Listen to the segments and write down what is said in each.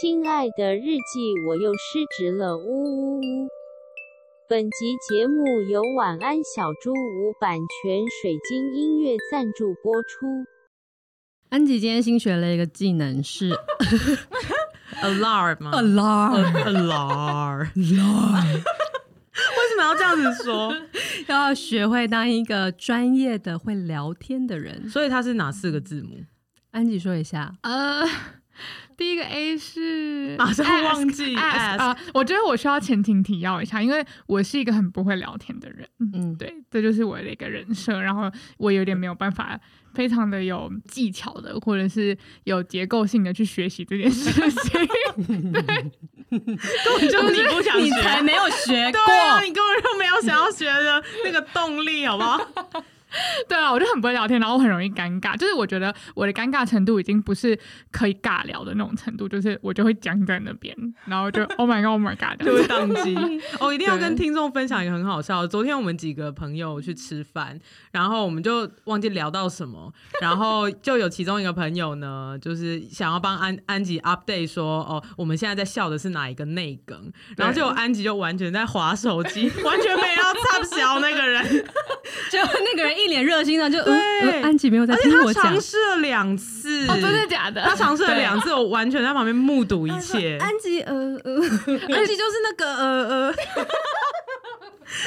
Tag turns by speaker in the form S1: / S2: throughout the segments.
S1: 亲爱的日记，我又失职了，呜呜呜！本集节目由晚安小猪屋版权水晶音乐赞助播出。
S2: 安吉今天新学了一个技能是
S3: alarm 吗
S2: alarm，
S3: alarm，为什么要这样子说？
S2: 要学会当一个专业的会聊天的人。
S3: 所以它是哪四个字母？
S2: 安吉说一下，
S4: 呃，第一个 A 是
S3: 马上忘记
S4: ask 啊、我觉得我需要前情提要一下，因为我是一个很不会聊天的人，
S2: 嗯，
S4: 对，这就是我的一个人设。然后我有点没有办法，非常的有技巧的，或者是有结构性的去学习这件事
S3: 根
S4: 情。
S3: 本就你不想
S2: 你
S3: 学，
S2: 才没有学过。
S3: 对啊，你根本就没有想要学的那个动力，好不好？
S4: 对啊，我就很不会聊天，然后我很容易尴尬。就是我觉得我的尴尬程度已经不是可以尬聊的那种程度，就是我就会僵在那边，然后就 Oh my God，Oh my God，
S3: 就会宕机。哦，一定要
S4: 对
S3: 跟听众分享一个很好笑的。昨天我们几个朋友去吃饭，然后我们就忘记聊到什么，然后就有其中一个朋友呢，就是想要帮安安吉 update 说，哦，我们现在在笑的是哪一个内梗，然后
S4: 对
S3: 就安吉就完全在划手机， 完全没有要插小那个人。
S2: 就那个人一脸热心的就，
S3: 对
S2: 嗯嗯安吉没有在
S3: 而且
S2: 听我
S3: 他
S2: 讲
S3: 尝。试了两次，
S4: 哦，真的假的？
S3: 他尝试了两次，我完全在旁边目睹一切。
S2: 安吉，呃 呃，安吉就是那个呃呃，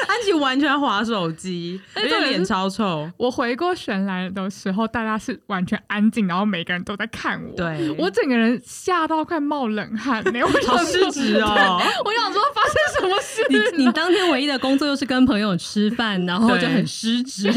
S3: 安吉完全划手机，而且
S4: 重点是
S3: 脸超臭。
S4: 我回过神来的时候，大家是完全安静，然后每个人都在看我，
S3: 对
S4: 我整个人吓到快冒冷汗呢、我 想
S3: 好失
S4: 说
S3: 职哦！
S4: 我想说发生什么事了？
S2: 你你当天唯一的工作就是跟朋友吃饭，然后就很失 职，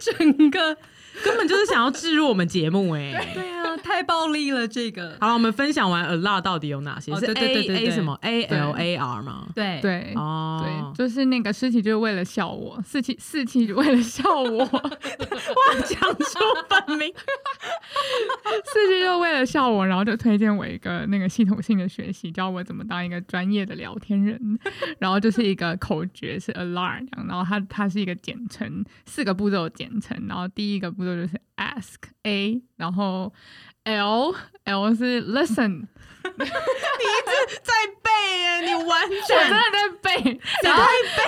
S2: 整个
S3: 根本就是想要置入我们节目哎、
S2: 对啊，太暴力了这个。
S3: 好了，我们分享完 a l a 到底有哪些？
S2: 哦
S3: 是
S2: 对
S3: A
S2: 对对对
S3: A
S2: 对
S3: 什么 A L A R 吗？
S2: 对，
S4: 对。
S3: 哦
S4: 对，，就是那个尸体，就是为了笑我，四七四七为了笑我，
S3: 对，讲出本名。
S4: 四七就为了笑我，然后就推荐我一个那个系统性的学习，教我怎么当一个专业的聊天人， 然后就是一个口诀是 alarm 这样，然后它它是一个简称，四个步骤的简称，然后第一个步骤就是 ask a，然后 l l 是 listen，
S3: 在背哎、你完
S4: 我真
S3: 全
S4: 的 在背，然后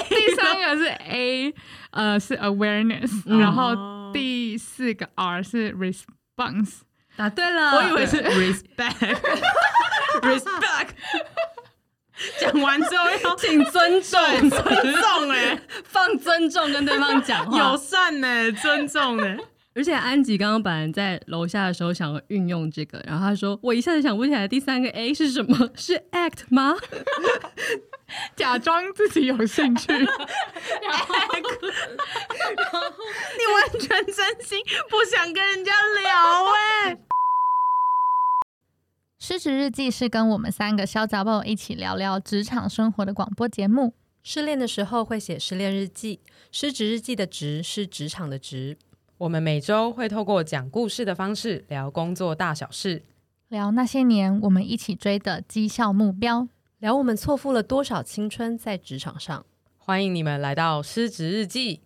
S4: 第三个是 A，呃是 awareness，、
S2: 嗯
S4: 然后第四个 R 是 response。
S2: 答对了。
S3: 我以 为是 respect，respect。讲完之后要
S2: 请尊重，
S3: 对尊重哎、
S2: 放尊重跟对方讲 话。
S3: 友，善哎、尊重哎、
S2: 而且安吉刚刚本来在楼下的时候想要运用这个，然后他说：“我一下子想不起来第三个 A 是什么，是 act 吗
S4: 假装自己有兴趣，
S3: 你完全真心不想跟人家聊哎、
S5: 失职日记是跟我们三个小杂宝一起聊聊职场生活的广播节目。？”
S6: 失恋的时候会写失恋日记，失职日记的职是职场的职。
S7: 我们每周会透过讲故事的方式聊工作大小事。
S5: 聊那些年我们一起追的绩效目标。
S6: 聊我们错付了多少青春在职场上。
S7: 欢迎你们来到《失职日记》，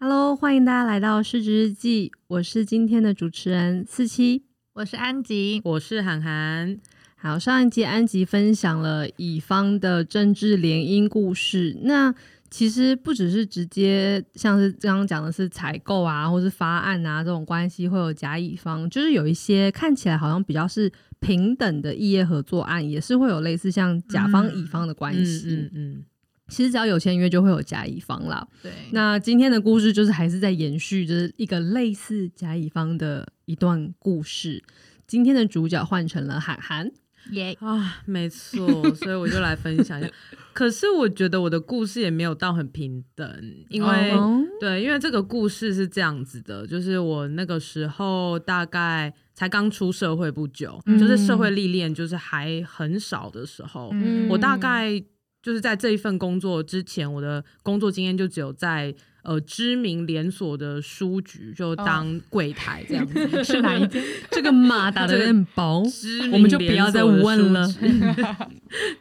S2: ？Hello，欢迎大家来到《失职日记》，我是今天的主持人四七。
S5: 我是安吉，
S3: 我是涵涵，
S2: 好，上一集安吉分享了乙方的政治联姻故事。那其实不只是直接像是刚刚讲的是采购啊，或是发案啊这种关系会有甲乙方，就是有一些看起来好像比较是平等的异业合作案，也是会有类似像甲方
S3: 嗯
S2: 乙方的关
S3: 嗯
S2: 系。
S3: 嗯嗯，
S2: 其实只要有签约，就会有甲乙方啦。
S4: 对，
S2: 那今天的故事就是还是在延续，就是一个类似甲乙方的一段故事。今天的主角换成了涵涵。
S5: 耶、
S3: 啊，没错， 所以我就来分享一下。可是我觉得我的故事也没有到很平等，因为、
S2: 哦
S3: 对，因为这个故事是这样子的，就是我那个时候大概才刚出社会不久，
S7: 嗯
S3: 就是社会历练就是还很少的时候，
S4: 嗯
S3: 我大概就是在这一份工作之前，我的工作经验就只有在呃知名连锁的书局就
S2: 哦
S3: 当柜台这样 子。
S2: 是哪一间？这个码打的有点薄，
S3: 知名
S2: 我们就不要再问了
S3: 连锁的书籍。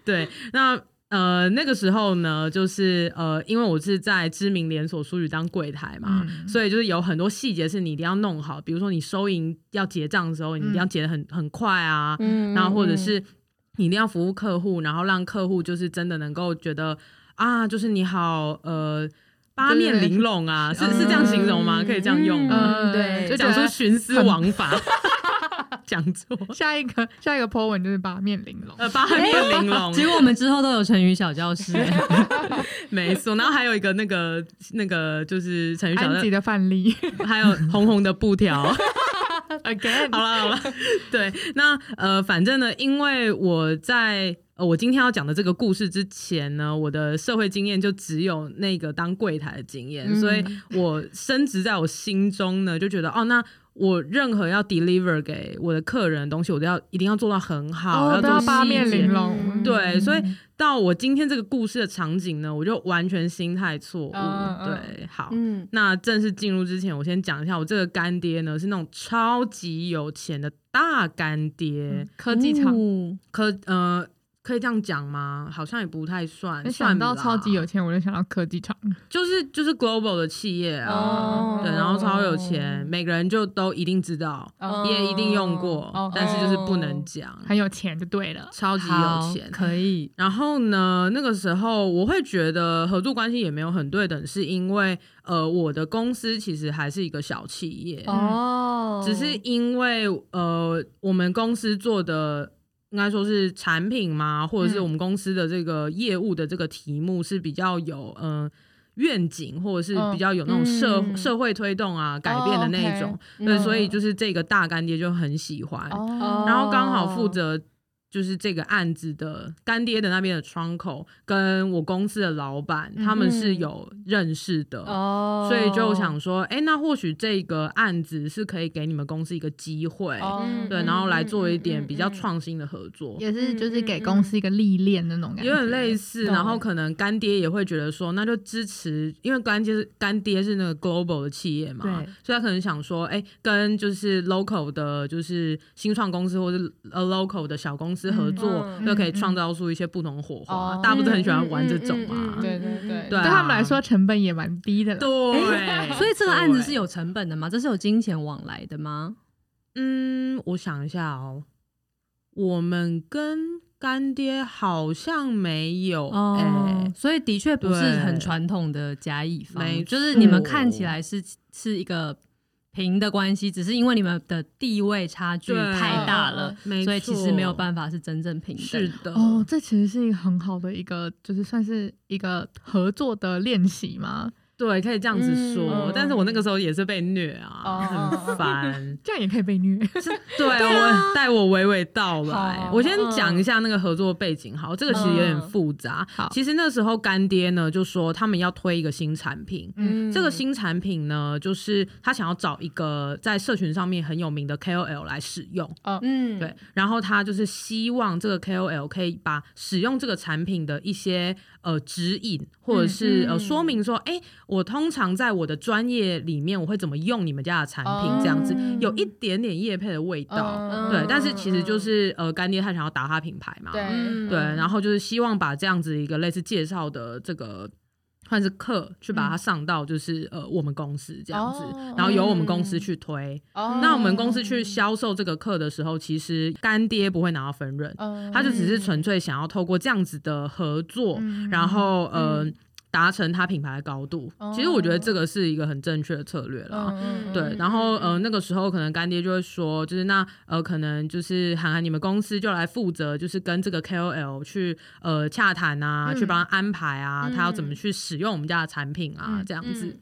S3: 对，那呃，那个时候呢，就是呃，因为我是在知名连锁书局当柜台嘛，
S2: 嗯
S3: 所以就是有很多细节是你一定要弄好，比如说你收银要结账的时候，你一
S2: 嗯
S3: 定要结得很、很快啊，
S7: 嗯
S3: 然后或者是你一定要服务客户，然后让客户就是真的能够觉得啊，就是你好，呃。八面玲珑啊，是是这样形容吗？可以这样用吗？
S4: 嗯，对就觉
S3: 讲
S4: 得
S3: 出徇私枉法， 讲错，
S4: 下一个下一个 po 文就是八面玲珑，
S3: 呃，八面
S4: 啊
S3: 玲 珑，
S2: 结果我们之后都有成语小教室，
S3: 没错。然后还有一个那个那个就是成语小
S4: 安吉
S3: 的，
S4: 的范例
S3: 还有红红的布条。
S4: again，
S3: 好了好了， 对，那呃，反正呢，因为我在呃我今天要讲的这个故事之前呢，我的社会经验就只有那个当柜台的经
S4: 嗯
S3: 验，所以我升值在我心中呢，就觉得哦，那我任何要 deliver 给我的客人的东西，我都要一定要做到很好，
S4: 哦，都
S3: 做
S4: 要八
S3: 细
S4: 面
S3: 节
S4: 玲珑，嗯
S3: 对，所以到我今天这个故事的场景呢，我就完全心态错误。
S4: 嗯嗯
S3: 对，好，
S6: 嗯，
S3: 那正式进入之前，我先讲一下，我这个干爹呢是那种超级有钱的大干爹，
S4: 科技厂，
S2: 嗯
S3: 可呃。可以这样讲吗？好像也不太算，
S4: 没
S3: 算
S4: 想到
S3: 啦
S4: 超级有钱，我就想到科技厂，
S3: 就是就是 global 的企业啊，
S6: 哦
S3: 对，然后超有钱，每个人就都一定知道，
S4: 哦
S3: 也一定用过，
S4: 哦
S3: 但是就是不能讲，
S4: 很有钱就对了。
S3: 超级
S2: 好
S3: 有钱，
S2: 可以，
S3: 然后呢，那个时候我会觉得合作关系也没有很对等，是因为呃，我的公司其实还是一个小企业，
S6: 哦
S3: 只是因为呃，我们公司做的。应该说是产品嘛，或
S6: 嗯
S3: 者是我们公司的这个业务的这个题目是比较有嗯、呃愿景，或者是比较有那种社、
S6: 嗯
S3: 社会推动啊、改变的那一种。
S6: 嗯
S3: 对，所以就是这个大干爹就很喜欢。
S5: 哦
S3: 然后刚好负责就是这个案子的干爹的那边的窗口，跟我公司的老板他们是有认识的，
S6: 嗯哦
S3: 所以就想说，哎、那或许这个案子是可以给你们公司一个机会，
S6: 嗯
S3: 对，然后来做一点比较创新的合作。
S5: 也
S6: 是
S5: 是
S6: 就
S5: 就是是
S6: 给
S5: 给
S6: 公
S5: 公
S6: 司
S5: 司一个历练那种感觉，
S3: 有点类似，
S5: 懂
S3: 然后可能干爹也会觉得说，那就支持，因为干爹是干爹是那个 global 的企业嘛，
S6: 对
S3: 所以他可能想说，哎、跟就是 local 的，就是新创公司或者呃 local 的小公司合作，
S6: 嗯
S3: 就可以
S4: 嗯
S3: 创造出一些不同的火花。
S5: 哦
S3: 大家不是很喜欢玩这种嘛？
S6: 嗯嗯嗯嗯嗯
S4: 对对对，
S3: 对啊
S4: 他们来说成本也蛮低的啦。
S3: 对，
S2: 哎所以这个案子是有成本的吗？这是有金钱往来的吗？
S3: 嗯，我想一下哦，我们跟干爹好像没有，哎、
S2: 哦，所以的确不是
S3: 对
S2: 很传统的甲乙
S3: 没
S2: 方，
S3: 错
S2: 就是你们看起来是是一个平的关系，只是因为你们的地位差距
S3: 对
S2: 太大了，
S3: 没
S2: 所以其实没有
S3: 错
S2: 办法是真正平等
S3: 是
S2: 的。
S3: 的，
S4: 哦，这其实是一个很好的一个，就是算是一个合作的练习嘛，
S3: 对，可以这样子说，
S4: 嗯
S3: 但是我那个时候也是被虐啊，
S5: 哦
S3: 很 烦。
S4: 这样也可以被虐。
S3: 对，
S4: 啊
S3: 我带我娓娓道来。
S5: 好
S3: 我
S4: 嗯
S3: 先讲一下那个合作背景，好，这个其实有点复杂。
S4: 好
S3: 其实那时候干爹呢就说他们要推一个新产品，
S4: 嗯
S3: 这个新产品呢就是他想要找一个在社群上面很有名的 KOL 来使用，
S6: 嗯
S3: 对，然后他就是希望这个 KOL 可以把使用这个产品的一些呃指引，
S6: 嗯
S3: 或者是、呃说明说，哎，我通常在我的专业里面我会怎么用你们家的产品，这样子
S6: 哦
S3: 有一点点业配的味道。
S6: 嗯
S3: 对，但是其实就是呃，干爹他想要打他品牌嘛，
S4: 对
S6: 嗯
S3: 对，然后就是希望把这样子一个类似介绍的这个。算是课去把
S6: 嗯
S3: 它上到就是、呃我们公司这样子，
S5: 哦
S3: 然后由我
S6: 嗯
S3: 们公司去推。
S6: 哦
S3: 那我们公司去销售这个课的时候，其实干爹不会拿到分润，他就
S6: 嗯
S3: 只是纯粹想要透过这样子的合作，然后
S6: 嗯
S3: 呃达成他品牌的高度。其实我觉得这个是一个很正确的策略啦。
S6: 哦嗯
S3: 啊对，然后呃，那个时候可能干爹就会说，就是那呃，可能就是涵涵你们公司就来负责，就是跟这个 KOL 去呃洽谈啊，去
S6: 嗯
S3: 帮他安排啊，他要怎么去使用我们家的产品啊，
S6: 嗯
S3: 这样子。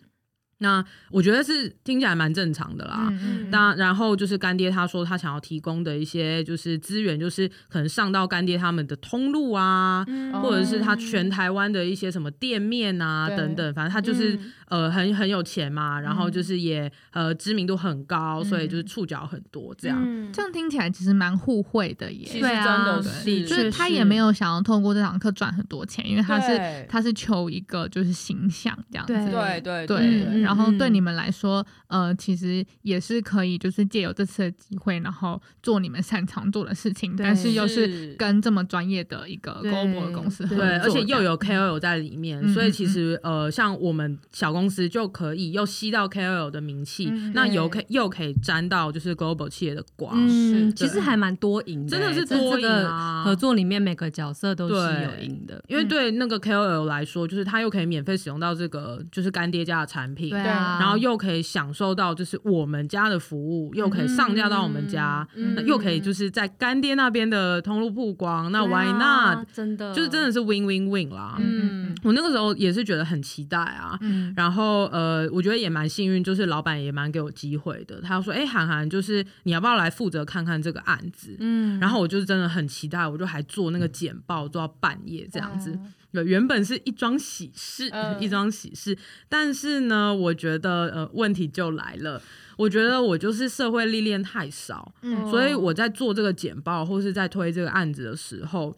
S3: 那我觉得是听起来蛮正常的啦。
S4: 嗯嗯
S3: 那然后就是干爹他说他想要提供的一些就是资源，就是可能上到干爹他们的通路
S1: 嗯哦
S3: 啊，或者是他全台湾的一些什么店面啊
S4: 对
S3: 等等，反正他就是、呃很很有钱嘛，然后就是也、呃知名度很高，所以就是触角很多这样。
S6: 嗯
S5: 这样听起来其实蛮互惠的耶。
S7: 其实
S2: 对
S7: 真
S2: 啊
S7: 的是，
S2: 的
S5: 就
S2: 确
S5: 是他也没有想要透过这堂课赚很多钱，因为他是
S7: 对
S5: 他是求一个就是形象这样子。对
S7: 对对
S5: 对，
S2: 嗯
S5: 然后对
S2: 嗯
S5: 你们来说，呃，其实也是可以，就是借由这次的机会，然后做你们擅长做的事情，但是又是
S7: 是
S5: 跟这么专业的一个 global 的公司合作，
S3: 嗯对，而且又
S5: 这样
S3: 有 KOL 在里面，
S5: 嗯
S3: 所以其实呃，像我们小公司就可以又吸到 KOL 的名气，
S5: 嗯
S3: 那
S6: 对
S3: 又可又可以沾到就是 global 企业的光。
S6: 是
S2: 嗯，其
S3: 对
S2: 实还蛮多赢的、
S3: 真的是
S2: 在
S3: 多
S2: 这
S3: 赢
S2: 个
S3: 啊
S2: 合作里面每个角色都是
S3: 对
S2: 有赢的。
S3: 因为对那个 KOL 来说，就是他又可以免费使用到这个就是干爹家的产品，
S5: 对啊，
S3: 然后又可以享受到就是我们家的服务，又可以上架到我们家，
S2: 嗯
S3: 那又可以就是在干爹那边的通路曝光。那 Why
S2: 对
S3: not？、
S2: 啊真的
S3: 就是真的是 win win win 啦。
S5: 嗯
S3: 我那个时候也是觉得很期待啊，
S5: 嗯
S3: 然后呃，我觉得也蛮幸运，就是老板也蛮给我机会的。他说：“哎、韩寒，就是你要不要来负责看看这个案子？”
S6: 嗯
S3: 然后我就真的很期待，我就还做那个简报，做到半夜这样子。对，原本是一桩喜事，
S6: 哦嗯
S3: 一桩喜事。但是呢，我觉得呃，问题就来了。我觉得我就是社会历练太少，
S5: 嗯
S3: 所以
S6: 哦
S3: 我在做这个简报或是在推这个案子的时候，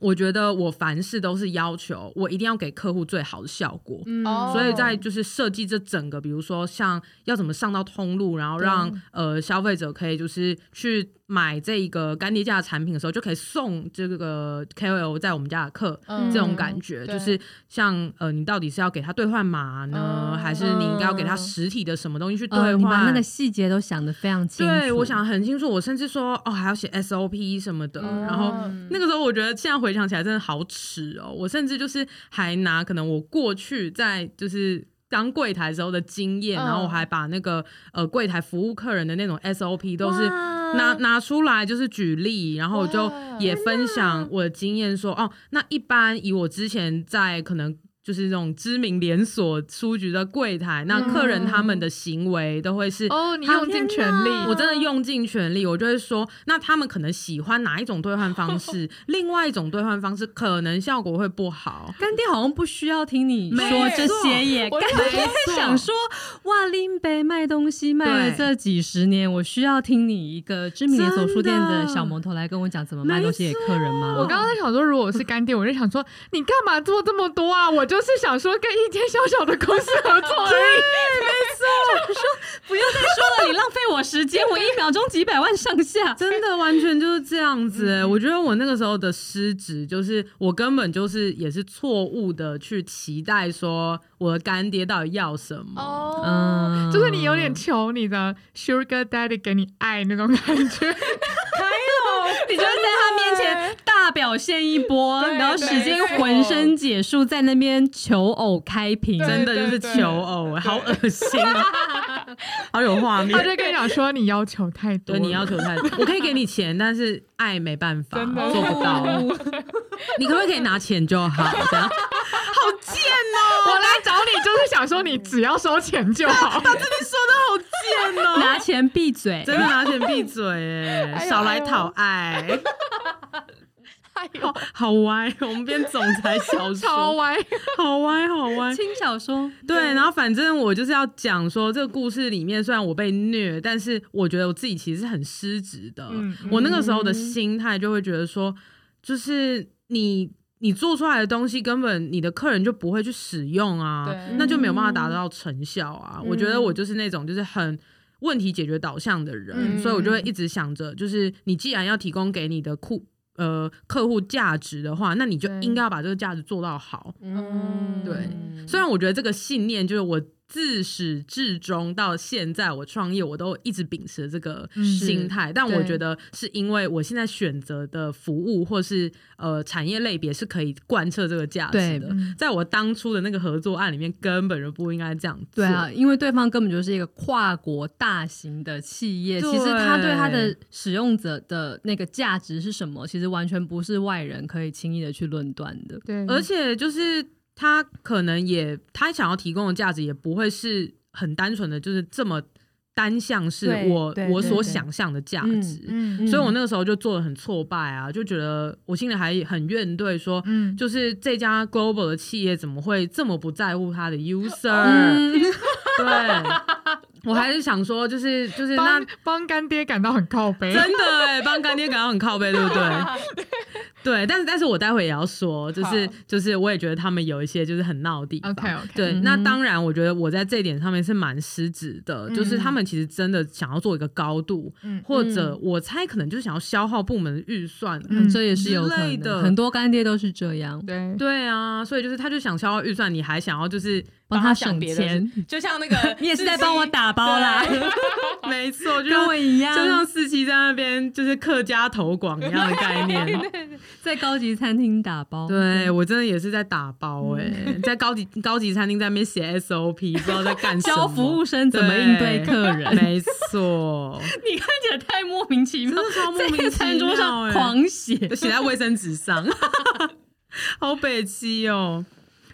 S3: 我觉得我凡事都是要求我一定要给客户最好的效果。
S6: 嗯
S5: 哦
S3: 所以在就是设计这整个，比如说像要怎么上到通路，然后让呃消费者可以就是去买这一个干爹家的产品的时候，就可以送这个呃 KOL 在我们家的课。
S2: 哦
S4: 嗯
S3: 这
S2: 嗯
S3: 种感觉
S6: 对
S3: 就是像呃，你到底是要给他兑换码呢，
S6: 嗯
S3: 还是你应该要给他实体的什么东西去兑
S2: 呃，
S3: 换？
S2: 哦你把那个细节都想得非常清楚。
S3: 对，我想很清楚。我甚至说哦，还要写 SOP 什么的。
S2: 哦
S3: 然后
S6: 嗯
S3: 那个时候，我觉得现在回想起来真的好耻哦。我甚至就是还拿可能我过去在就是。当柜台时候的经验，
S6: 嗯
S3: 然后我还把那个呃柜台服务客人的那种 SOP 都是拿拿出来，就是举例，然后我就
S6: 哇
S3: 也分享我的经验说，哦，那一般以我之前在可能就是这种知名连锁书局的柜台，那客人他
S6: 嗯
S3: 们的行为都会是
S5: 哦，你
S3: 他
S5: 用尽全力，
S3: 我真的用尽全力，我就会说，那他们可能喜欢哪一种兑换方 式，另外一种兑换方式可能效果会不好。
S2: 干爹好像不需要听你
S3: 没
S2: 说这
S3: 错
S2: 些耶，
S6: 我
S2: 干爹
S3: 没错
S2: 想说哇，林北卖东西卖了
S3: 对
S2: 这几十年，我需要听你一个知名连锁书店的
S3: 真的
S2: 小魔头来跟我讲怎么卖东西给客人吗？
S4: 我刚刚在想说，如果我是干爹，我就想说，你干嘛做这么多啊？我就是想说跟一间小小的公司合作而已。
S2: 不要再说了，你浪费我时间，我一秒钟几百万上下。
S3: 真的完全就是这样子、
S4: 嗯
S3: 欸，我觉得我那个时候的失职，就是我根本就是也是错误的去期待说我的干爹到底要什么。
S6: 哦，
S2: 嗯，
S4: 就是你有点求你的 sugar daddy 给你爱那种感
S3: 嗯
S4: 觉，
S2: 你就会在他面前大表现一波，
S6: 对
S2: 然后使劲浑身解数，在那边求偶开屏，
S4: 对
S3: 真的就是求偶，欸好恶心啊！ 好有画面
S4: 他。就跟你讲说你要求太多
S3: 对
S4: 了，
S3: 你要求太多，我可以给你钱，但是爱没办法，
S4: 真的
S3: 做不到。 你可不可以拿钱就好？这样
S4: 我来找你就是想说你只要收钱就 好。
S3: 说的好贱哦、
S2: 拿钱闭嘴。
S3: 真的拿钱闭嘴哎、
S6: 哎呦
S3: 少来讨爱，
S6: 哎呦
S3: 好好歪。我们变总裁小
S4: 超
S3: 说，
S4: 歪，
S3: 好歪好歪。
S2: 轻小说，
S3: 对，然后反正我就是要讲说，这个故事里面虽然我被虐，但是我觉得我自己其实是很失职的。
S4: 嗯
S3: 我那个时候的心态就会觉得说，就是你你做出来的东西，根本你的客人就不会去使用啊，
S2: 嗯
S6: 对
S3: 那就没有办法达到成效啊。我觉得我就是那种就是很。问题解决导向的人，
S6: 嗯
S3: 所以我就会一直想着，就是你既然要提供给你的库呃客户价值的话，那你就
S4: 对
S3: 应该要把这个价值做到好。
S6: 嗯
S3: 对虽然我觉得这个信念，就是我自始至终到现在我创业，我都一直秉持这个心态。但我
S5: 对
S3: 觉得是因为我现在选择的服务或是呃产业类别是可以贯彻这个价值
S2: 对
S3: 的，在我当初的那个合作案里面，根本就不应该这样做。
S2: 对啊，因为对方根本就是一个跨国大型的企业，
S3: 对
S2: 其实他对他的使用者的那个价值是什么，其实完全不是外人可以轻易的去论断的。
S4: 对，
S3: 而且就是他可能也他想要提供的价值也不会是很单纯的，就是这么单向是
S1: 对
S3: 我
S1: 对
S3: 我
S1: 对
S3: 所
S1: 对
S3: 想象的价
S2: 嗯
S3: 值。
S4: 嗯
S3: 所以我那个时候就做的很挫败啊，就觉得我心里还很怨怼说。
S4: 嗯，
S3: 就是这家 global 的企业怎么会这么不在乎
S4: 嗯
S3: 它的 user？、对，我还是想说，就是就是那
S4: 帮帮干爹感到很靠
S8: 嗯
S4: 背。
S3: 真的哎、帮干爹感到很靠背，对不对？ 对，但是但是我待会也要说，就是
S4: 好
S3: 就是我也觉得他们有一些就是很闹的地方。
S4: OK OK，
S8: 嗯
S3: 对，那当然，我觉得我在这一点上面是蛮失职的，
S8: 嗯
S3: 就是他们其实真的想要做一个高度，
S4: 嗯
S3: 或者我猜可能就是想要消耗部门的预算，
S4: 嗯
S2: 这也是有可
S3: 之类
S2: 能
S3: 的
S2: 很多干爹都是这样，
S4: 对，
S3: 对啊，所以就是他就想消耗预算，你还想要就是
S2: 帮
S8: 他
S2: 他
S8: 想
S2: 省
S8: 别的
S2: 钱。
S8: 就像那 个
S2: 你也是在帮我打包啦，
S3: 没错， 就
S2: 跟
S3: 像
S2: 我一样，
S3: 啊就像四期在那边就是客家投广一样的 概念。
S2: 在高级餐厅打包。
S3: 对我真的也是在打包哎、在高级高级餐厅在那边写 SOP，不知道在干什么。
S2: 教服务生怎么应对客人，
S3: 没错，
S2: 你看起来太莫名其
S3: 真
S2: 妙
S3: 的，超莫名
S2: 在
S3: 其妙、
S2: 餐桌上
S3: 哎
S2: 狂写。
S3: 就写在卫生纸 上，好北七哦。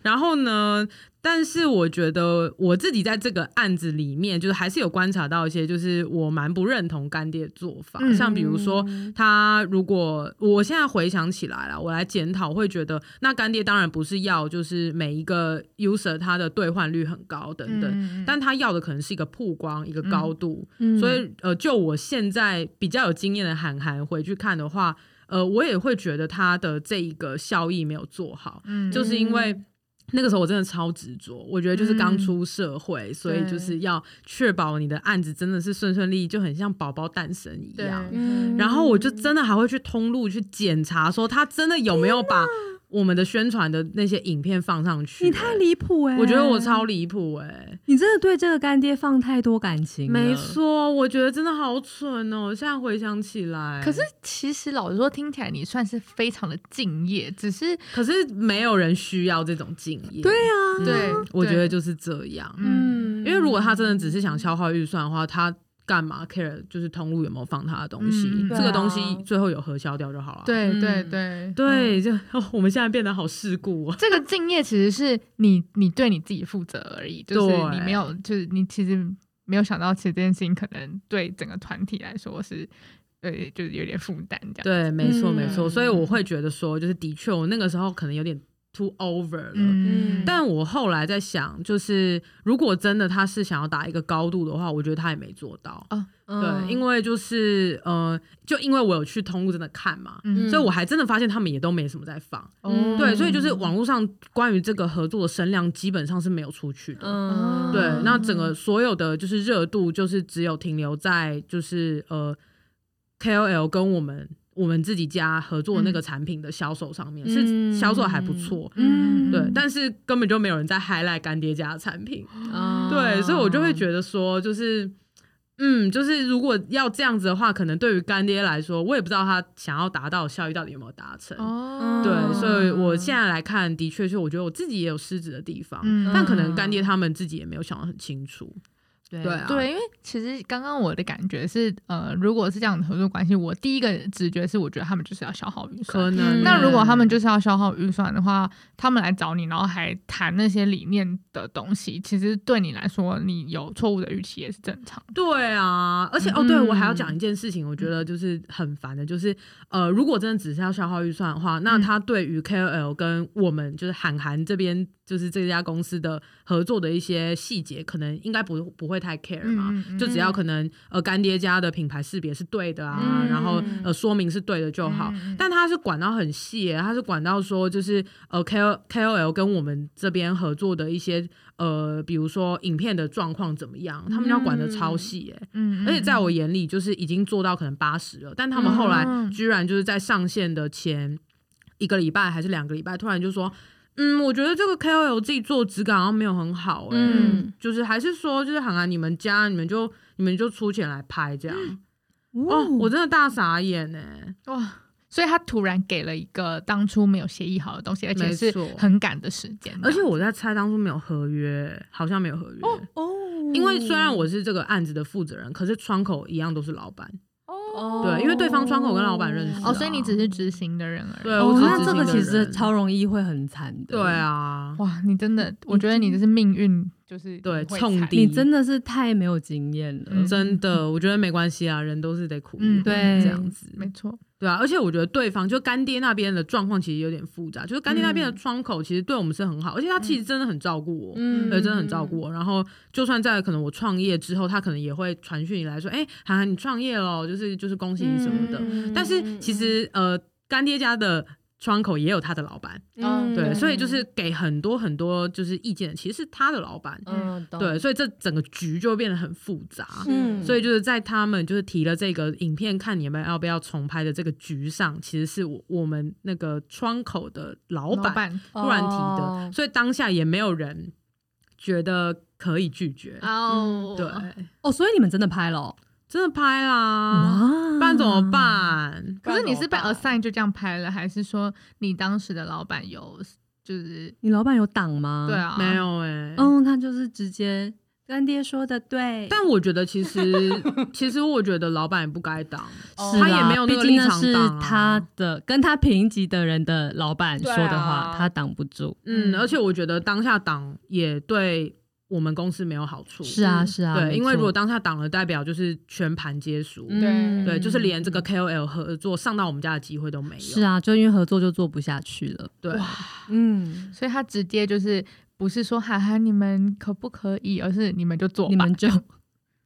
S3: 然后呢？但是我觉得我自己在这个案子里面，就是还是有观察到一些，就是我蛮不认同干爹的做法，
S4: 嗯
S3: 像比如说他如果我现在回想起来了，我来检讨，会觉得那干爹当然不是要就是每一个 user 他的兑换率很高等等，
S4: 嗯嗯嗯
S3: 但他要的可能是一个曝光，一个
S4: 嗯
S3: 高度，
S2: 嗯
S3: 所以呃，就我现在比较有经验的韩寒回去看的话，呃，我也会觉得他的这一个效益没有做好，
S4: 嗯
S3: 就是因为。那个时候我真的超执着，我觉得就是
S4: 嗯
S3: 刚出社会，所以就是要确保你的案子真的是顺顺利利，就很像宝宝诞生一样。
S4: 嗯
S3: 然后我就真的还会去通路去检查，说他真的有没有把我们的宣传的那些影片放上去、欸
S2: 你太离谱哎！
S3: 我觉得我，超离谱哎。
S2: 你真的对这个干爹放太多感情。
S3: 没，错，我觉得真的好蠢哦！现在回想起来，
S4: 嗯可是其实老实说，听起来你算是非常的敬业，只是
S3: 可是没有人需要这种敬业。对啊，
S4: 对对
S3: 我觉得就是这样。
S4: 嗯
S3: 因为如果他真的只是想消耗预算的话，他干嘛 care 就是通路有没有放他的东西？
S4: 嗯
S3: 这
S1: 对
S3: 个
S1: 啊
S3: 东西最后有核销掉就好了。
S4: 对对
S8: 嗯
S4: 对嗯
S3: 对，就、 哦、我们现在变得好世故哦。
S4: 这个敬业其实是你你对你自己负责而已，就是你没有，就是你其实没有想到，其实这件事情可能对整个团体来说是，呃，就是有点负担这样。
S3: 对，没错
S2: 嗯
S3: 没错，所以我会觉得说，就是的确，我那个时候可能有点 too over 了。
S4: 嗯，
S3: 但我后来在想，就是如果真的他是想要打一个高度的话，我觉得他也没做到。
S4: 嗯
S3: 对，因为就是呃，就因为我有去通路真的看嘛，
S4: 嗯
S3: 所以我还真的发现他们也都没什么在放。
S4: 哦
S3: 对，所以就是网络上关于这个合作的声量基本上是没有出去的。
S2: 嗯，
S3: 对，那整个所有的就是热度，就是只有停留在就是呃 KOL 跟我们我们自己家合作那个产品的销售上面，
S2: 嗯
S3: 是销售还不错，
S4: 嗯
S3: 对，但是根本就没有人在 highlight 干爹家的产品，
S2: 嗯
S3: 对，所以我就会觉得说，就是，嗯，就是如果要这样子的话，可能对于干爹来说，我也不知道他想要达到的效益到底有没有达成。
S4: 哦，
S3: 对，所以我现在来看，的确是我觉得我自己也有失职的地方，
S4: 嗯
S3: 但可能干爹他们自己也没有想得很清楚。
S2: 对
S3: 对啊，
S4: 对，因为其实刚刚我的感觉是，呃，如果是这样的合作关系，我第一个直觉是，我觉得他们就是要消耗预
S3: 可。
S4: 算
S3: 能。
S2: 嗯
S4: 那如果他们就是要消耗预算的话，他们来找你，然后还谈那些理念的东西，其实对你来说，你有错误的预期也是正常的。
S3: 对啊，而且
S4: 嗯
S3: 哦，对我还要讲一件事情，我觉得就是很烦的，就是呃，如果真的只是要消耗预算的
S4: 嗯
S3: 话，那他对于 KOL 跟我们就是韩寒这边就是这家公司的合作的一些细节，可能应该不不会太 care 嘛，
S4: 嗯嗯嗯
S3: 就只要可能呃干爹家的品牌识别是对的啊，
S4: 嗯
S3: 然后呃说明是对的就好。
S4: 嗯嗯嗯
S3: 但他是管到很细耶、他是管到说就是呃 K O K O L 跟我们这边合作的一些呃，比如说影片的状况怎么样，他们要管的超细耶、
S4: 嗯
S3: 而且在我眼里，就是已经做到可能八十了，但他们后来
S4: 嗯
S3: 居然就是在上线的前一个礼拜还是两个礼拜，突然就说。嗯，我觉得这个 KOL 自己做质感好像没有很好、欸，
S2: 嗯
S3: 就是还是说，就是好像你们家你们就你们就出钱来拍这样，哦，我真的大傻眼哎、
S4: 哇，所以他突然给了一个当初没有协议好的东西，而且是
S3: 没错
S4: 很赶的时间。啊
S3: 而且我在猜当初没有合约，好像没有合约，
S2: 哦，
S3: 因为虽然我是这个案子的负责人，可是窗口一样都是老板，
S2: 哦
S3: 对，因为对方窗口跟老板认识、
S4: 哦，所以你只是执行的人而已。
S3: 对
S2: 哦
S3: 我只，是
S2: 那
S3: 执
S2: 这
S3: 行
S2: 个
S3: 的
S2: 其实
S3: 人
S2: 超容易会很惨的。
S3: 对，啊，
S4: 哇，你真的，我觉得你这是命运
S5: 就是
S3: 对
S5: 你会
S3: 冲
S5: 踩
S3: 低
S2: 你真的是太没有经验了。
S5: 嗯
S3: 真的，我觉得没关系啊，人都是得苦一
S5: 嗯
S3: 点，
S2: 对
S3: 这样子，
S5: 没错，
S3: 对啊。而且我觉得对方就干爹那边的状况其实有点复杂，就是干爹那边的窗口其实对我们是很好，而且他其实真的很照顾我，
S7: 嗯
S3: 对，真的很照顾我。然后就算在可能我创业之后，他可能也会传讯你来说，哎、涵涵你创业咯，就是就是恭喜你什么
S2: 嗯
S3: 的。但是其实呃，干爹家的窗口也有他的老板，
S7: 嗯
S3: 对，所以就是给很多很多就是意见，其实是他的老
S2: 哦
S3: 板，
S6: 嗯，懂
S3: 对，，所以这整个局就会变得很复杂。
S6: 嗯
S3: 所
S6: 以
S3: 以就是在他们就是提了这个影片，看你们要不要重拍的这个局上，其实是我我们那个窗口的老
S5: 老
S3: 板
S5: 板
S3: 突然提的，
S6: 哦
S3: 所以当下也没有人觉得可以拒绝。
S4: 啊
S2: 哦
S3: 对，
S2: 哦，所以你们真的拍了哦、
S3: 真的拍啦，
S2: 哇
S3: 啊不然怎么？办？
S5: 可是你是被
S7: 不然怎么办
S5: assign 就这样拍了，还是说你当时的老板有就是
S2: 你老板有挡吗？
S5: 对，啊？
S3: 没，有哎、
S2: 嗯，他就是直接干爹说的对，
S3: 但我觉得其实其实我觉得老板也不该当，
S2: 是
S3: 哦他也
S2: 啦
S3: 没有那
S2: 毕
S3: 个
S2: 竟
S3: 立
S2: 那
S3: 场
S2: 是
S3: 党啊
S2: 他的跟他平级的人的老板说的话，
S7: 对啊
S2: 他挡不住。
S3: 嗯，
S5: 嗯
S3: 而且我觉得当下挡也对我们公司没有好处。
S2: 是啊，是啊，
S3: 嗯对，
S2: 没
S3: 因为
S2: 错
S3: 如果当下挡了，代表就是全盘皆输，
S2: 嗯
S3: 对，就是连这个 KOL 合作上到我们家的机会都没有。
S2: 是，啊，就因为合作就做不下去了。
S3: 对，
S6: 嗯，
S5: 所以他直接就是不是说涵涵你们可不可以，而是你们就做吧。
S2: 你们 就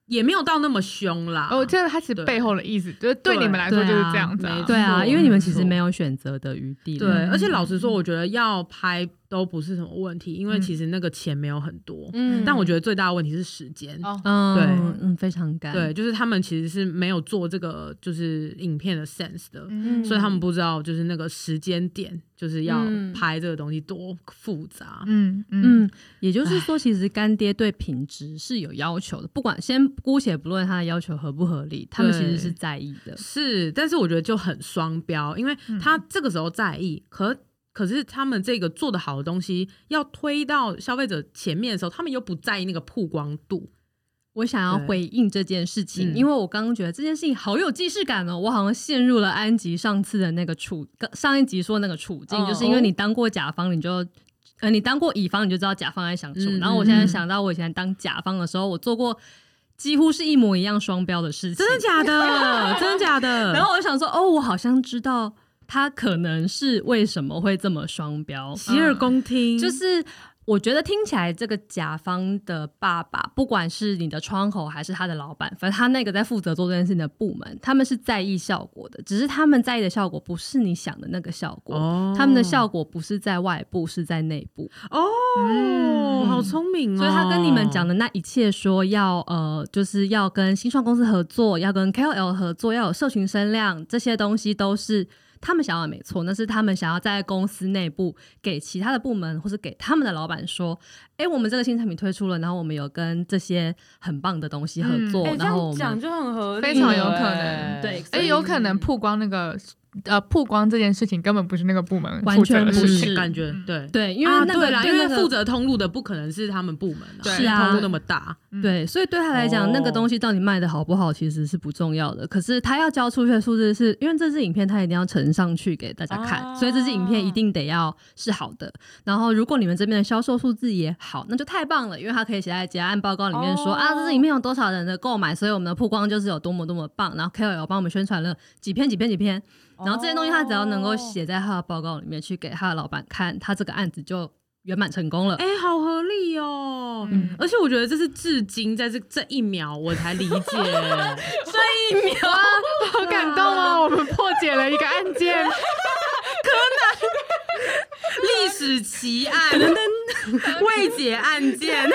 S3: 也没有到那么凶啦。
S5: 哦，这个他其实
S3: 对
S5: 背后的意思，就是对你们来说
S2: 对啊
S5: 就是这样子、
S3: 没错
S2: 对啊，因为你们其实
S3: 没错
S2: 没有选择的余地了。
S3: 对，而且老实说，我觉得要拍都不是什么问题，因为
S5: 嗯
S3: 其实那个钱没有很多，
S6: 嗯
S3: 但我觉得最大的问题是时间。
S5: 哦
S2: 嗯，
S3: 对
S2: 嗯，非常感
S3: 对，就是他们其实是没有做这个就是影片的 sense 的，
S5: 嗯
S3: 所以他们不知道就是那个时间点，就是要
S6: 嗯
S3: 拍这个东西多复杂。
S5: 嗯嗯
S2: 嗯，也就是说，其实干爹对品质是有要求的，不管先姑且不论他的要求合不合理，他们其实是在意的。
S3: 是，但是我觉得就很双标，因为
S2: 嗯
S3: 他这个时候在意，可可是他们这个做的好的东西要推到消费者前面的时候，他们又不在意那个曝光度。
S2: 我想要
S3: 对
S2: 回应这件事情，
S3: 嗯
S2: 因为我刚刚觉得这件事情好有既视感哦，我好像陷入了安吉上次的那个处，上一集说那个处境，
S7: 哦
S2: 就是因为你当过甲方，你就。呃，你当过乙方，你就知道甲方在想什么。
S3: 嗯
S2: 然后我现在想到我以前当甲方的时候，我做过几乎是一模一样双标的事情，
S3: 真的假的？真的假 的？
S2: 然后我就想说，哦，我好像知道他可能是为什么会这么双标，
S3: 洗耳恭听，
S2: 嗯就是。我觉得听起来，这个甲方的爸爸，不管是你的窗口还是他的老板，反正他那个在负责做这件事情的部门，他们是在意效果的，只是他们在意的效果不是你想的那个效果，
S3: 哦
S2: 他们的效果不是在外部，是在内部。
S3: 哦，好聪明哦！
S2: 嗯所以他跟你们讲的那一切，说要呃，就是要跟新创公司合作，要跟 KOL 合作，要有社群声量，这些东西都是他们想要的，没错。那是他们想要在公司内部给其他的部门或是给他们的老板说，哎、我们这个新产品推出了，然后我们有跟这些很棒的东西合作，
S3: 哦
S7: 哎
S3: 嗯
S7: 这
S2: 然
S7: 样
S2: 后我
S7: 讲
S2: 们
S7: 就很合理了，
S5: 非常有可能
S7: 哎
S2: 对嗯
S5: 哎、有可能曝光那个呃曝光这件事情根本不是那个部门
S2: 完
S5: 负责
S2: 全
S5: 的
S2: 不
S5: 事
S2: 是
S5: 情，
S3: 嗯感觉对。
S2: 对，因为
S3: 啊
S2: 那个、
S3: 对啦，
S2: 对
S3: 因
S2: 那
S3: 为
S2: 个
S3: 负责通路的不可能是他们部门啊，
S2: 是啊
S3: 通路那么大，
S5: 嗯
S2: 对，所以对他来讲，
S7: 哦
S2: 那个东西到底卖的好不好其实是不重要的。可是他要交出去的数字是，因为这支影片他一定要呈上去给大家看，
S7: 啊
S2: 所以这支影片一定得要是好的。然后如果你们这边的销售数字也好，那就太棒了，因为他可以写在结案报告里面说、
S7: 哦
S2: 啊，这支影片有多少人的购买，所以我们的曝光就是有多么多么棒。然后 KOL 帮我们宣传了几篇几篇几篇，然后这些东西他只要能够写在他的报告里面去给他的老板看，他这个案子就圆满成功了。
S3: 哎、好合理哦。
S5: 嗯
S3: 而且我觉得这是至今在这这一秒我才理解，
S5: 好感动哦！我们破解了一个案件，
S3: 历史奇案，未解案件。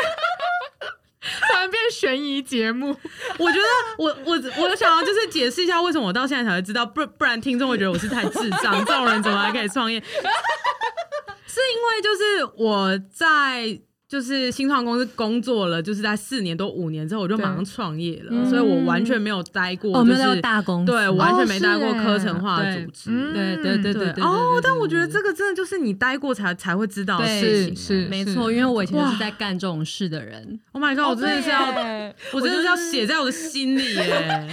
S5: 突然变悬疑节目，
S3: 我觉得我我我想要就是解释一下为什么我到现在才会知道，不不然听众会觉得我是太智障，这种人怎么还可以创业？ 是因为就是我在。就是新创公司工作了，就是在四年多五年之后，我就马上创业了，所以我完全没有待过，
S2: 嗯哦，
S3: 就
S2: 没有
S3: 是
S2: 到大公司，
S3: 对，我完全没待过
S5: 哦是欸
S3: 科层化的
S2: 对
S3: 组织。
S5: 嗯
S2: 对对对对对对
S3: 哦
S2: 对，
S3: 但我觉得
S2: 对
S3: 这个真的就是你待过才才会知道的
S2: 对
S3: 事情。
S5: 是
S2: 没错，
S5: 是
S2: 因为我以前就是在干这种事的人。
S3: Oh my god！我真的是要，
S7: 对
S3: 我真的是要写在我的心里耶。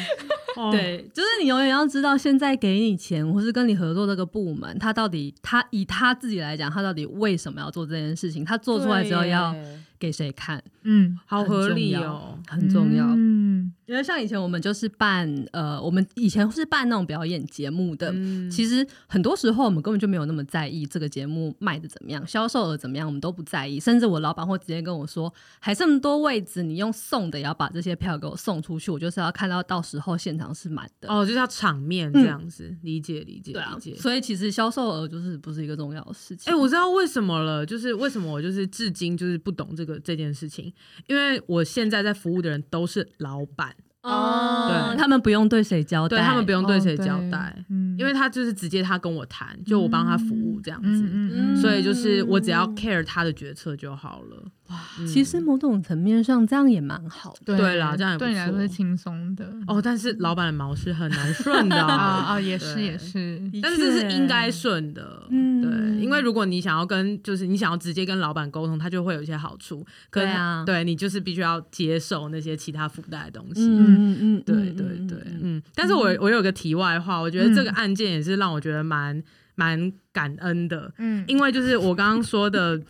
S3: 哦，
S2: 对，就是你永远要知道，现在给你钱或是跟你合作这个部门，他到底他以他自己来讲，他到底为什么要做这件事情？他做出来之后要
S7: 对
S2: 给谁看，
S4: 嗯，
S3: 好合理哦。
S2: 很重要。
S4: 嗯
S2: 因为像以前我们就是办呃，我们以前是办那种表演节目的，
S3: 嗯，
S2: 其实很多时候我们根本就没有那么在意这个节目卖的怎么样，销售额怎么样，我们都不在意。甚至我老板会直接跟我说，还这么多位置，你用送的也要把这些票给我送出去，我就是要看到到时候现场是满的。
S3: 哦，就是要场面这样子，理解理解
S2: 嗯对啊
S3: 理，解。
S2: 所以其实销售额就是不是一个重要的事情。
S3: 哎、我知道为什么了，就是为什么我就是至今就是不懂这个这件事情，因为我现在在服务的人都是老板，
S2: 哦，
S3: 对
S2: 他们不用对谁交代，
S3: 对他们不用对谁交，
S4: 哦
S3: 代
S4: 对，嗯
S3: 因为他就是直接他跟我谈，就我帮他服务这样子。
S2: 嗯
S3: 所以就是我只要 care 他的决策就好了。哇，
S2: 其实某种层面上这样也蛮好的。
S4: 对
S3: 对啦这样也不
S4: 对你来说
S3: 错
S4: 是轻松的
S3: 哦，但是老板的毛是很难顺的
S4: 啊啊，也是
S3: 对
S4: 也是，
S3: 但是这是应该顺的，
S2: 嗯
S3: 对，因为如果你想要跟，就是你想要直接跟老板沟通，他就会有一些好处，可是
S2: 对啊
S3: 对你就是必须要接受那些其他附带的东西，
S2: 嗯嗯嗯，
S3: 对对对，嗯，但是我我有个题外话，我觉得这个案件也是让我觉得蛮蛮感恩的，
S4: 嗯，
S3: 因为就是我刚刚 说的，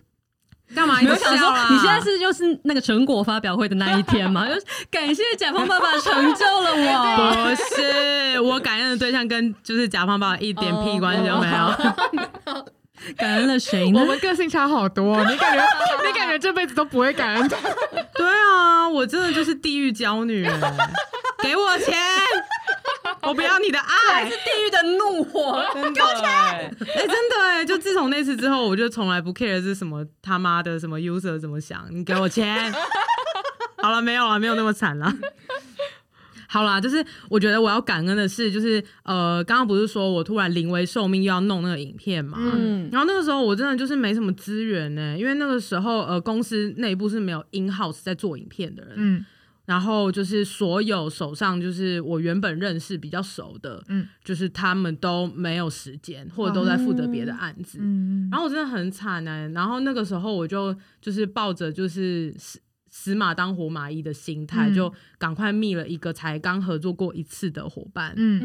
S3: 干嘛一
S2: 没
S3: 直
S2: 有
S3: 笑
S2: 想说
S3: 啊，
S2: 你现在是就是那个成果发表会的那一天 嘛？就是感谢甲方爸爸成就了我。
S3: 不哦是，我感恩的对象跟就是甲方爸爸一点
S2: 哦
S3: 屁关系都没有。
S2: 感恩了谁呢
S4: 我？们个性差好多， 你感觉你感觉这辈子都不会感恩的，
S3: 对啊，我真的就是地狱娇女欸，给我钱，我不要你 的爱。
S2: 地狱的怒火，
S7: 给我钱！
S3: 哎、真的哎、就自从那次之后，我就从来不 care 是什么他妈的什么 user 怎么想，你给我钱。好了，没有了，没有那么惨了。 好啦，就是我觉得我要感恩的是，就是呃，刚刚不是说我突然临危受命又要弄那个影片嘛，
S2: 嗯，
S3: 然后那个时候我真的就是没什么资源呢、因为那个时候呃公司内部是没有 in house 在做影片的人，
S4: 嗯
S3: 然后就是所有手上就是我原本认识比较熟的，
S4: 嗯
S3: 就是他们都没有时间或者都在负责别的案子，
S4: 嗯，
S3: 然后我真的很惨哎、然后那个时候我就就是抱着就是死死马当活马医的心态，
S4: 嗯
S3: 就赶快觅了一个才刚合作过一次的伙伴，
S4: 嗯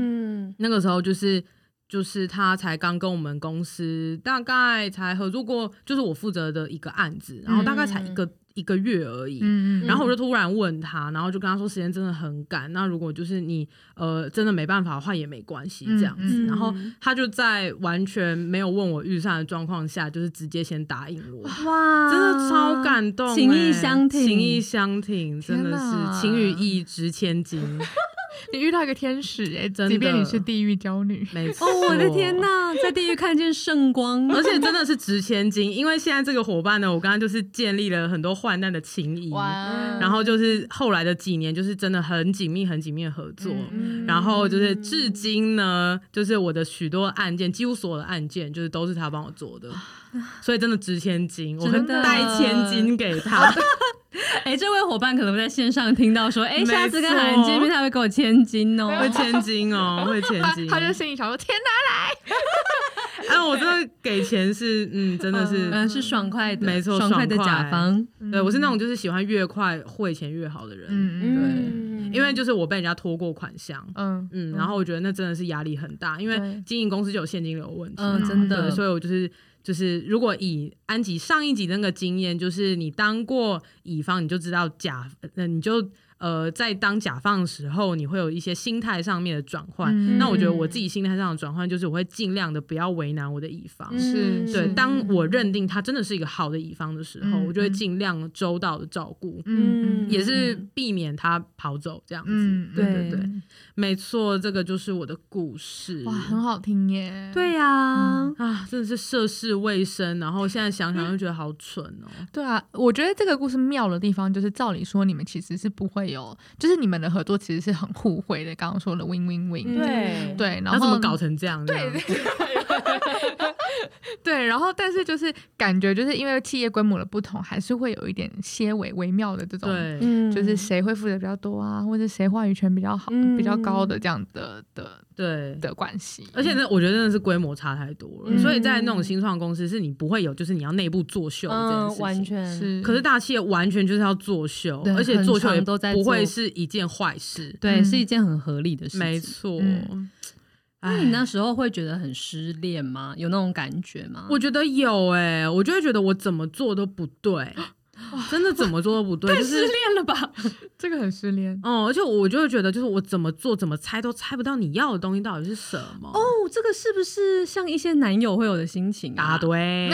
S2: 嗯，
S3: 那个时候就是就是他才刚跟我们公司大概才合作过，就是我负责的一个案子，然后大概才一个、一个月而已。
S4: 嗯
S3: 然后我就突然问他，然后就跟他说时间真的很赶，那如果就是你呃真的没办法的话也没关系这样子。
S4: 嗯嗯
S3: 然后他就在完全没有问我预算的状况下，就是直接先答应我。
S2: 哇
S3: 真的超感动欸、
S2: 啊情意相挺
S3: 情意相挺，真的
S4: 天哪
S3: 是情与义值 千金，
S4: 你遇到一个天使哎，
S3: 真的
S4: 即便你是地狱娇女，
S3: 没错。
S2: 哦，我的天哪，在地狱看见圣光，
S3: 而且真的是值千金，因为现在这个伙伴呢，我刚刚就是建立了很多患难的情谊，
S2: 哇
S3: 然后就是后来的几年，就是真的很紧密、很紧密的合作。
S4: 嗯
S3: 然后就是至今呢，就是我的许多案件，几乎所有的案件，就是都是他帮我做的，
S4: 啊
S3: 所以真的值千金，我会
S2: 真的
S3: 带千金给 他。
S2: 哎，这位伙伴可能在线上听到说，哎，
S3: 没错
S2: 下次跟海人见面，他会给我千金哦。
S3: 会千金哦，会千
S4: 他
S3: 金。
S4: 他就心里想说：“天哪，
S3: 哎，我真的给钱是，嗯，真的是，
S2: 嗯，是爽快的，
S3: 没错
S2: 爽快的
S3: 爽快
S2: 甲方，
S3: 对我是那种就是喜欢越快汇钱越好的人，
S4: 嗯
S3: 对，因为就是我被人家拖过款项，
S4: 嗯
S3: 嗯，然后我觉得那真的是压力很大，因为
S4: 对
S3: 经营公司就有现金流问题嘛，
S2: 嗯，真的
S3: 对，，所以我就是就是，如果以安吉上一集那个经验，就是你当过乙方，你就知道甲，呃，你就呃在当甲方的时候，你会有一些心态上面的转换。
S4: 嗯
S3: 那我觉得我自己心态上的转换，就是我会尽量的不要为难我的乙方。
S2: 嗯
S4: 是
S3: 对，
S4: 是
S3: 当我认定他真的是一个好的乙方的时候，
S4: 嗯
S3: 我就会
S4: 嗯
S3: 尽量周到的照顾，
S4: 嗯
S2: 嗯
S3: 也是避免他跑走这样子。
S4: 嗯
S3: 对
S2: 对
S3: 对对，没错，这个就是我的故事。
S4: 哇，很好听耶！
S2: 对呀，
S3: 啊，真的是涉世未深，然后现在想想就觉得好蠢哦、
S4: 对啊，我觉得这个故事妙的地方就是，照理说你们其实是不会有，就是你们的合作其实是很互惠的。刚刚说的 win win
S2: 嗯
S4: win，
S7: 对，
S4: 对，然
S3: 他
S4: 后
S3: 嗯怎么搞成这样？
S4: 对对 对，然后但是就是感觉就是因为企业规模的不同，还是会有一点些微微妙的这种，
S3: 对，
S2: 嗯
S4: 就是谁会负责比较多啊，或者谁话语权比较好、
S2: 嗯
S4: 比较高的这样的的
S3: 对，
S4: 的关系。
S3: 而且呢，我觉得真的是规模差太多了，
S2: 嗯
S3: 所以在那种新创公司，是你不会有就是你要内部作秀的这件
S2: 嗯，
S3: 事情。
S2: 完全
S4: 是，
S3: 可是大企业完全就是要作秀
S2: 对，
S3: 而且作秀
S2: 很
S3: 也
S2: 常都在
S3: 不会
S2: 做
S3: 是一件坏事。
S2: 对，
S4: 嗯
S2: 是一件很合理的事情。
S3: 没错
S4: 嗯。
S2: 那
S3: 哎
S2: 你那时候会觉得很失恋吗？有那种感觉吗？
S3: 我觉得有哎、我就会觉得我怎么做都不对，真的怎么做都不对，就
S5: 失
S3: 是
S5: 恋了吧？
S2: 哦
S5: 这个很失恋
S3: 哦，而且我就会觉得，就是我怎么做怎么猜都猜不到你要的东西到底是什么。哦，
S2: 哦，这个是不是像一些男友会有的心情
S3: 答
S2: 啊？
S3: 对，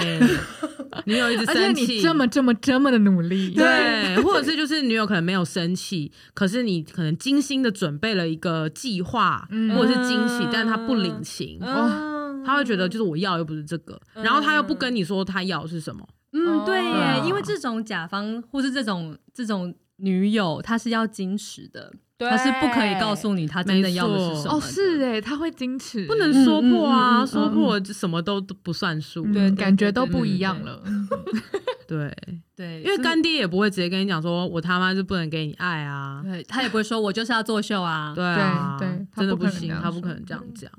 S3: 女友一直
S5: 而且
S3: 生
S5: 你
S3: 气，
S5: 这么这么这么的努力，
S3: 对，或者是就是女友可能没有生气，可是你可能精心的准备了一个计划、
S5: 嗯
S3: 或者是惊喜，但他不领情，哦
S7: 嗯
S3: 他会觉得就是我要又不是这个，然后他又不跟你说他要是什么，
S2: 嗯，对
S5: 哦
S2: 耶，因为这种甲方或是这种这种女友，她是要矜持的，
S7: 对
S2: 她是不可以告诉你她真的要的是什么的
S5: 哦，是
S4: 欸
S5: 哎，他会矜持，
S3: 不能说破
S2: 嗯嗯嗯
S3: 啊，
S2: 嗯
S3: 说破就什么都都不算数。
S5: 嗯
S7: 对对
S5: 感觉
S7: 对
S5: 都
S7: 对
S5: 不
S3: 对
S5: 一样
S2: 对
S5: 了。
S3: 对，
S2: 对，
S3: 因为
S2: 就是
S3: 干爹也不会直接跟你讲说我他妈就不能给你爱啊，
S2: 对他也不会说我就是要作秀啊，
S3: 对啊，
S5: 对对他
S3: 真的
S5: 不可能
S3: 行
S5: 这，样
S3: 他不
S5: 说嗯
S3: 可能这样讲。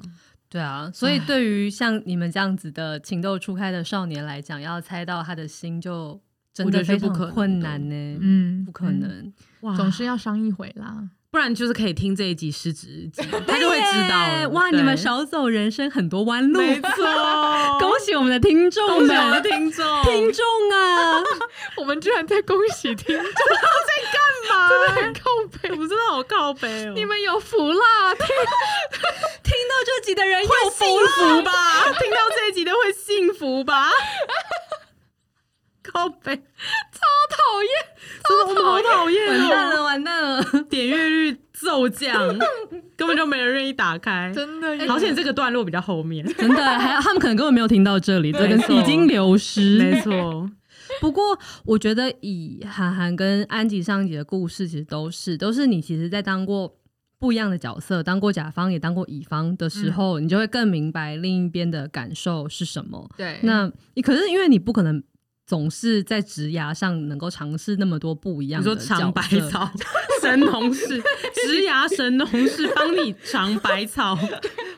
S2: 对啊，所以对于像你们这样子的情窦初开的少年来讲，要猜到他的心就真的非常困难呢、
S5: 嗯，
S2: 不可能，
S3: 哇，
S5: 总是要商议回啦。
S3: 不然就是可以听这一集失职，他就会知道了。
S2: 哇，
S3: 对
S2: 你们少走人生很多弯路，
S3: 没错，
S2: 恭喜我们的听
S3: 恭
S2: 众
S3: 喜我
S2: 们
S3: 们，听众，
S2: 听众 啊，
S5: 我们居然在恭喜听众，
S3: 真的很靠背，我真的好靠背哦。
S5: 你们有福啦！
S2: 听到这集的人有
S3: 会幸福吧？听到这一集的会幸福吧？靠背，超讨厌，真的我们好讨厌
S2: 完蛋
S3: 哦！
S2: 了，完蛋了！
S3: 点阅率骤降，根本就没人愿意打开。
S5: 真的耶，
S3: 好险这个段落比较后面，
S2: 真的，还他们可能根本没有听到这里，这
S3: 没错
S2: 个已经流失。
S3: 没错，
S2: 不过，我觉得以韩寒跟安吉上一集的故事，其实都是都是你其实，在当过不一样的角色，当过甲方也当过乙方的
S3: 嗯
S2: 时候，你就会更明白另一边的感受是什么。
S5: 对，
S2: 那你可是因为你不可能总是在职涯上能够尝试那么多不一样
S3: 你
S2: 的
S3: 说
S2: 角色，
S3: 尝百草、 神农氏、植牙神农氏帮你尝百 草，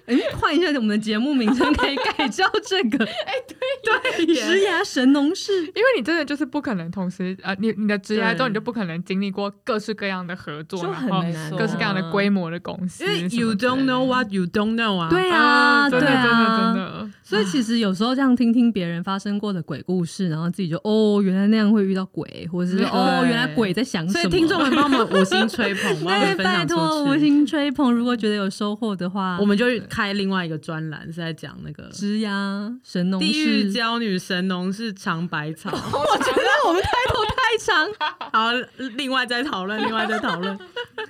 S2: 哎，换一下我们的节目名称，可以改 叫这个
S3: 对
S2: 职
S3: 耶，
S2: 涯神农 氏。
S5: 因为你真的就是不可能同时呃，你你的职业
S3: 对
S5: 中你就不可能经历过各式各样的合作，
S2: 就
S5: 然
S2: 很
S5: 后
S2: 难啊
S5: 各式各样的规模的公司
S3: 因
S5: 什么之
S3: 为
S5: 类的，
S3: you don't know what you don't know 啊，
S2: 对啊，
S5: 嗯真
S2: 对
S5: 的真的
S2: 啊
S5: 真，的，
S2: 所以其实有时候这样听听别人发生过的鬼故事，然后自己就哦，原来那样会遇到鬼，或者是
S5: 对
S2: 哦，原来鬼在想什
S3: 所
S2: 么。
S3: 以听众们帮我们五星吹 捧，帮我
S2: 对，
S3: 们分
S2: 拜
S3: 享
S2: 托
S3: 出
S2: 无
S3: 去，
S2: 心吹捧，如果觉得有收获的话，
S3: 我们就开另外一个专栏是在讲那个
S2: 直呀神农
S3: 地狱
S2: 氏。
S3: 娇女神农是尝百 草，
S2: 我觉得我们开头太长，
S3: 好，另外再讨论，另外再讨论，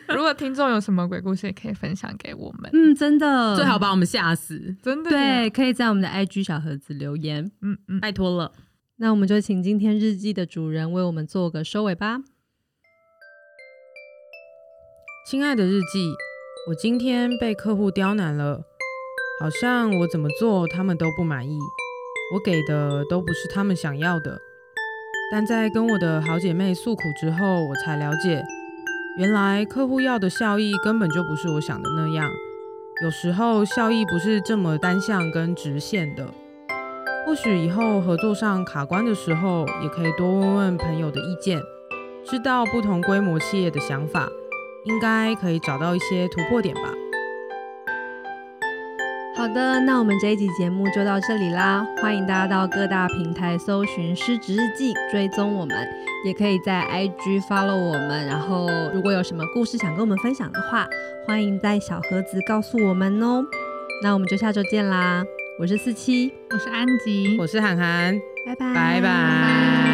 S5: 如果听众有什么鬼故事，也可以分享给我们，
S2: 嗯，真的
S3: 最好把我们吓死，
S5: 真的耶，
S2: 对，可以在我们的 IG 小盒子留言。
S5: 嗯嗯，
S3: 拜托了。
S2: 那我们就请今天日记的主人为我们做个收尾吧。
S7: 亲爱的日记，我今天被客户刁难了，好像我怎么做他们都不满意，我给的都不是他们想要的。但在跟我的好姐妹诉苦之后，我才了解，原来客户要的效益根本就不是我想的那样。有时候效益不是这么单向跟直线的。或许以后合作上卡关的时候，也可以多问问朋友的意见，知道不同规模企业的想法。应该可以找到一些突破点吧。
S2: 好的，那我们这一集节目就到这里啦！欢迎大家到各大平台搜寻“失职日记”，追踪我们，也可以在 IG follow 我们。然后，如果有什么故事想跟我们分享的话，欢迎在小盒子告诉我们哦。那我们就下周见啦！我是四七，
S5: 我是安吉，
S2: 嗯
S7: 我是涵涵，
S2: 拜拜，
S7: 拜拜。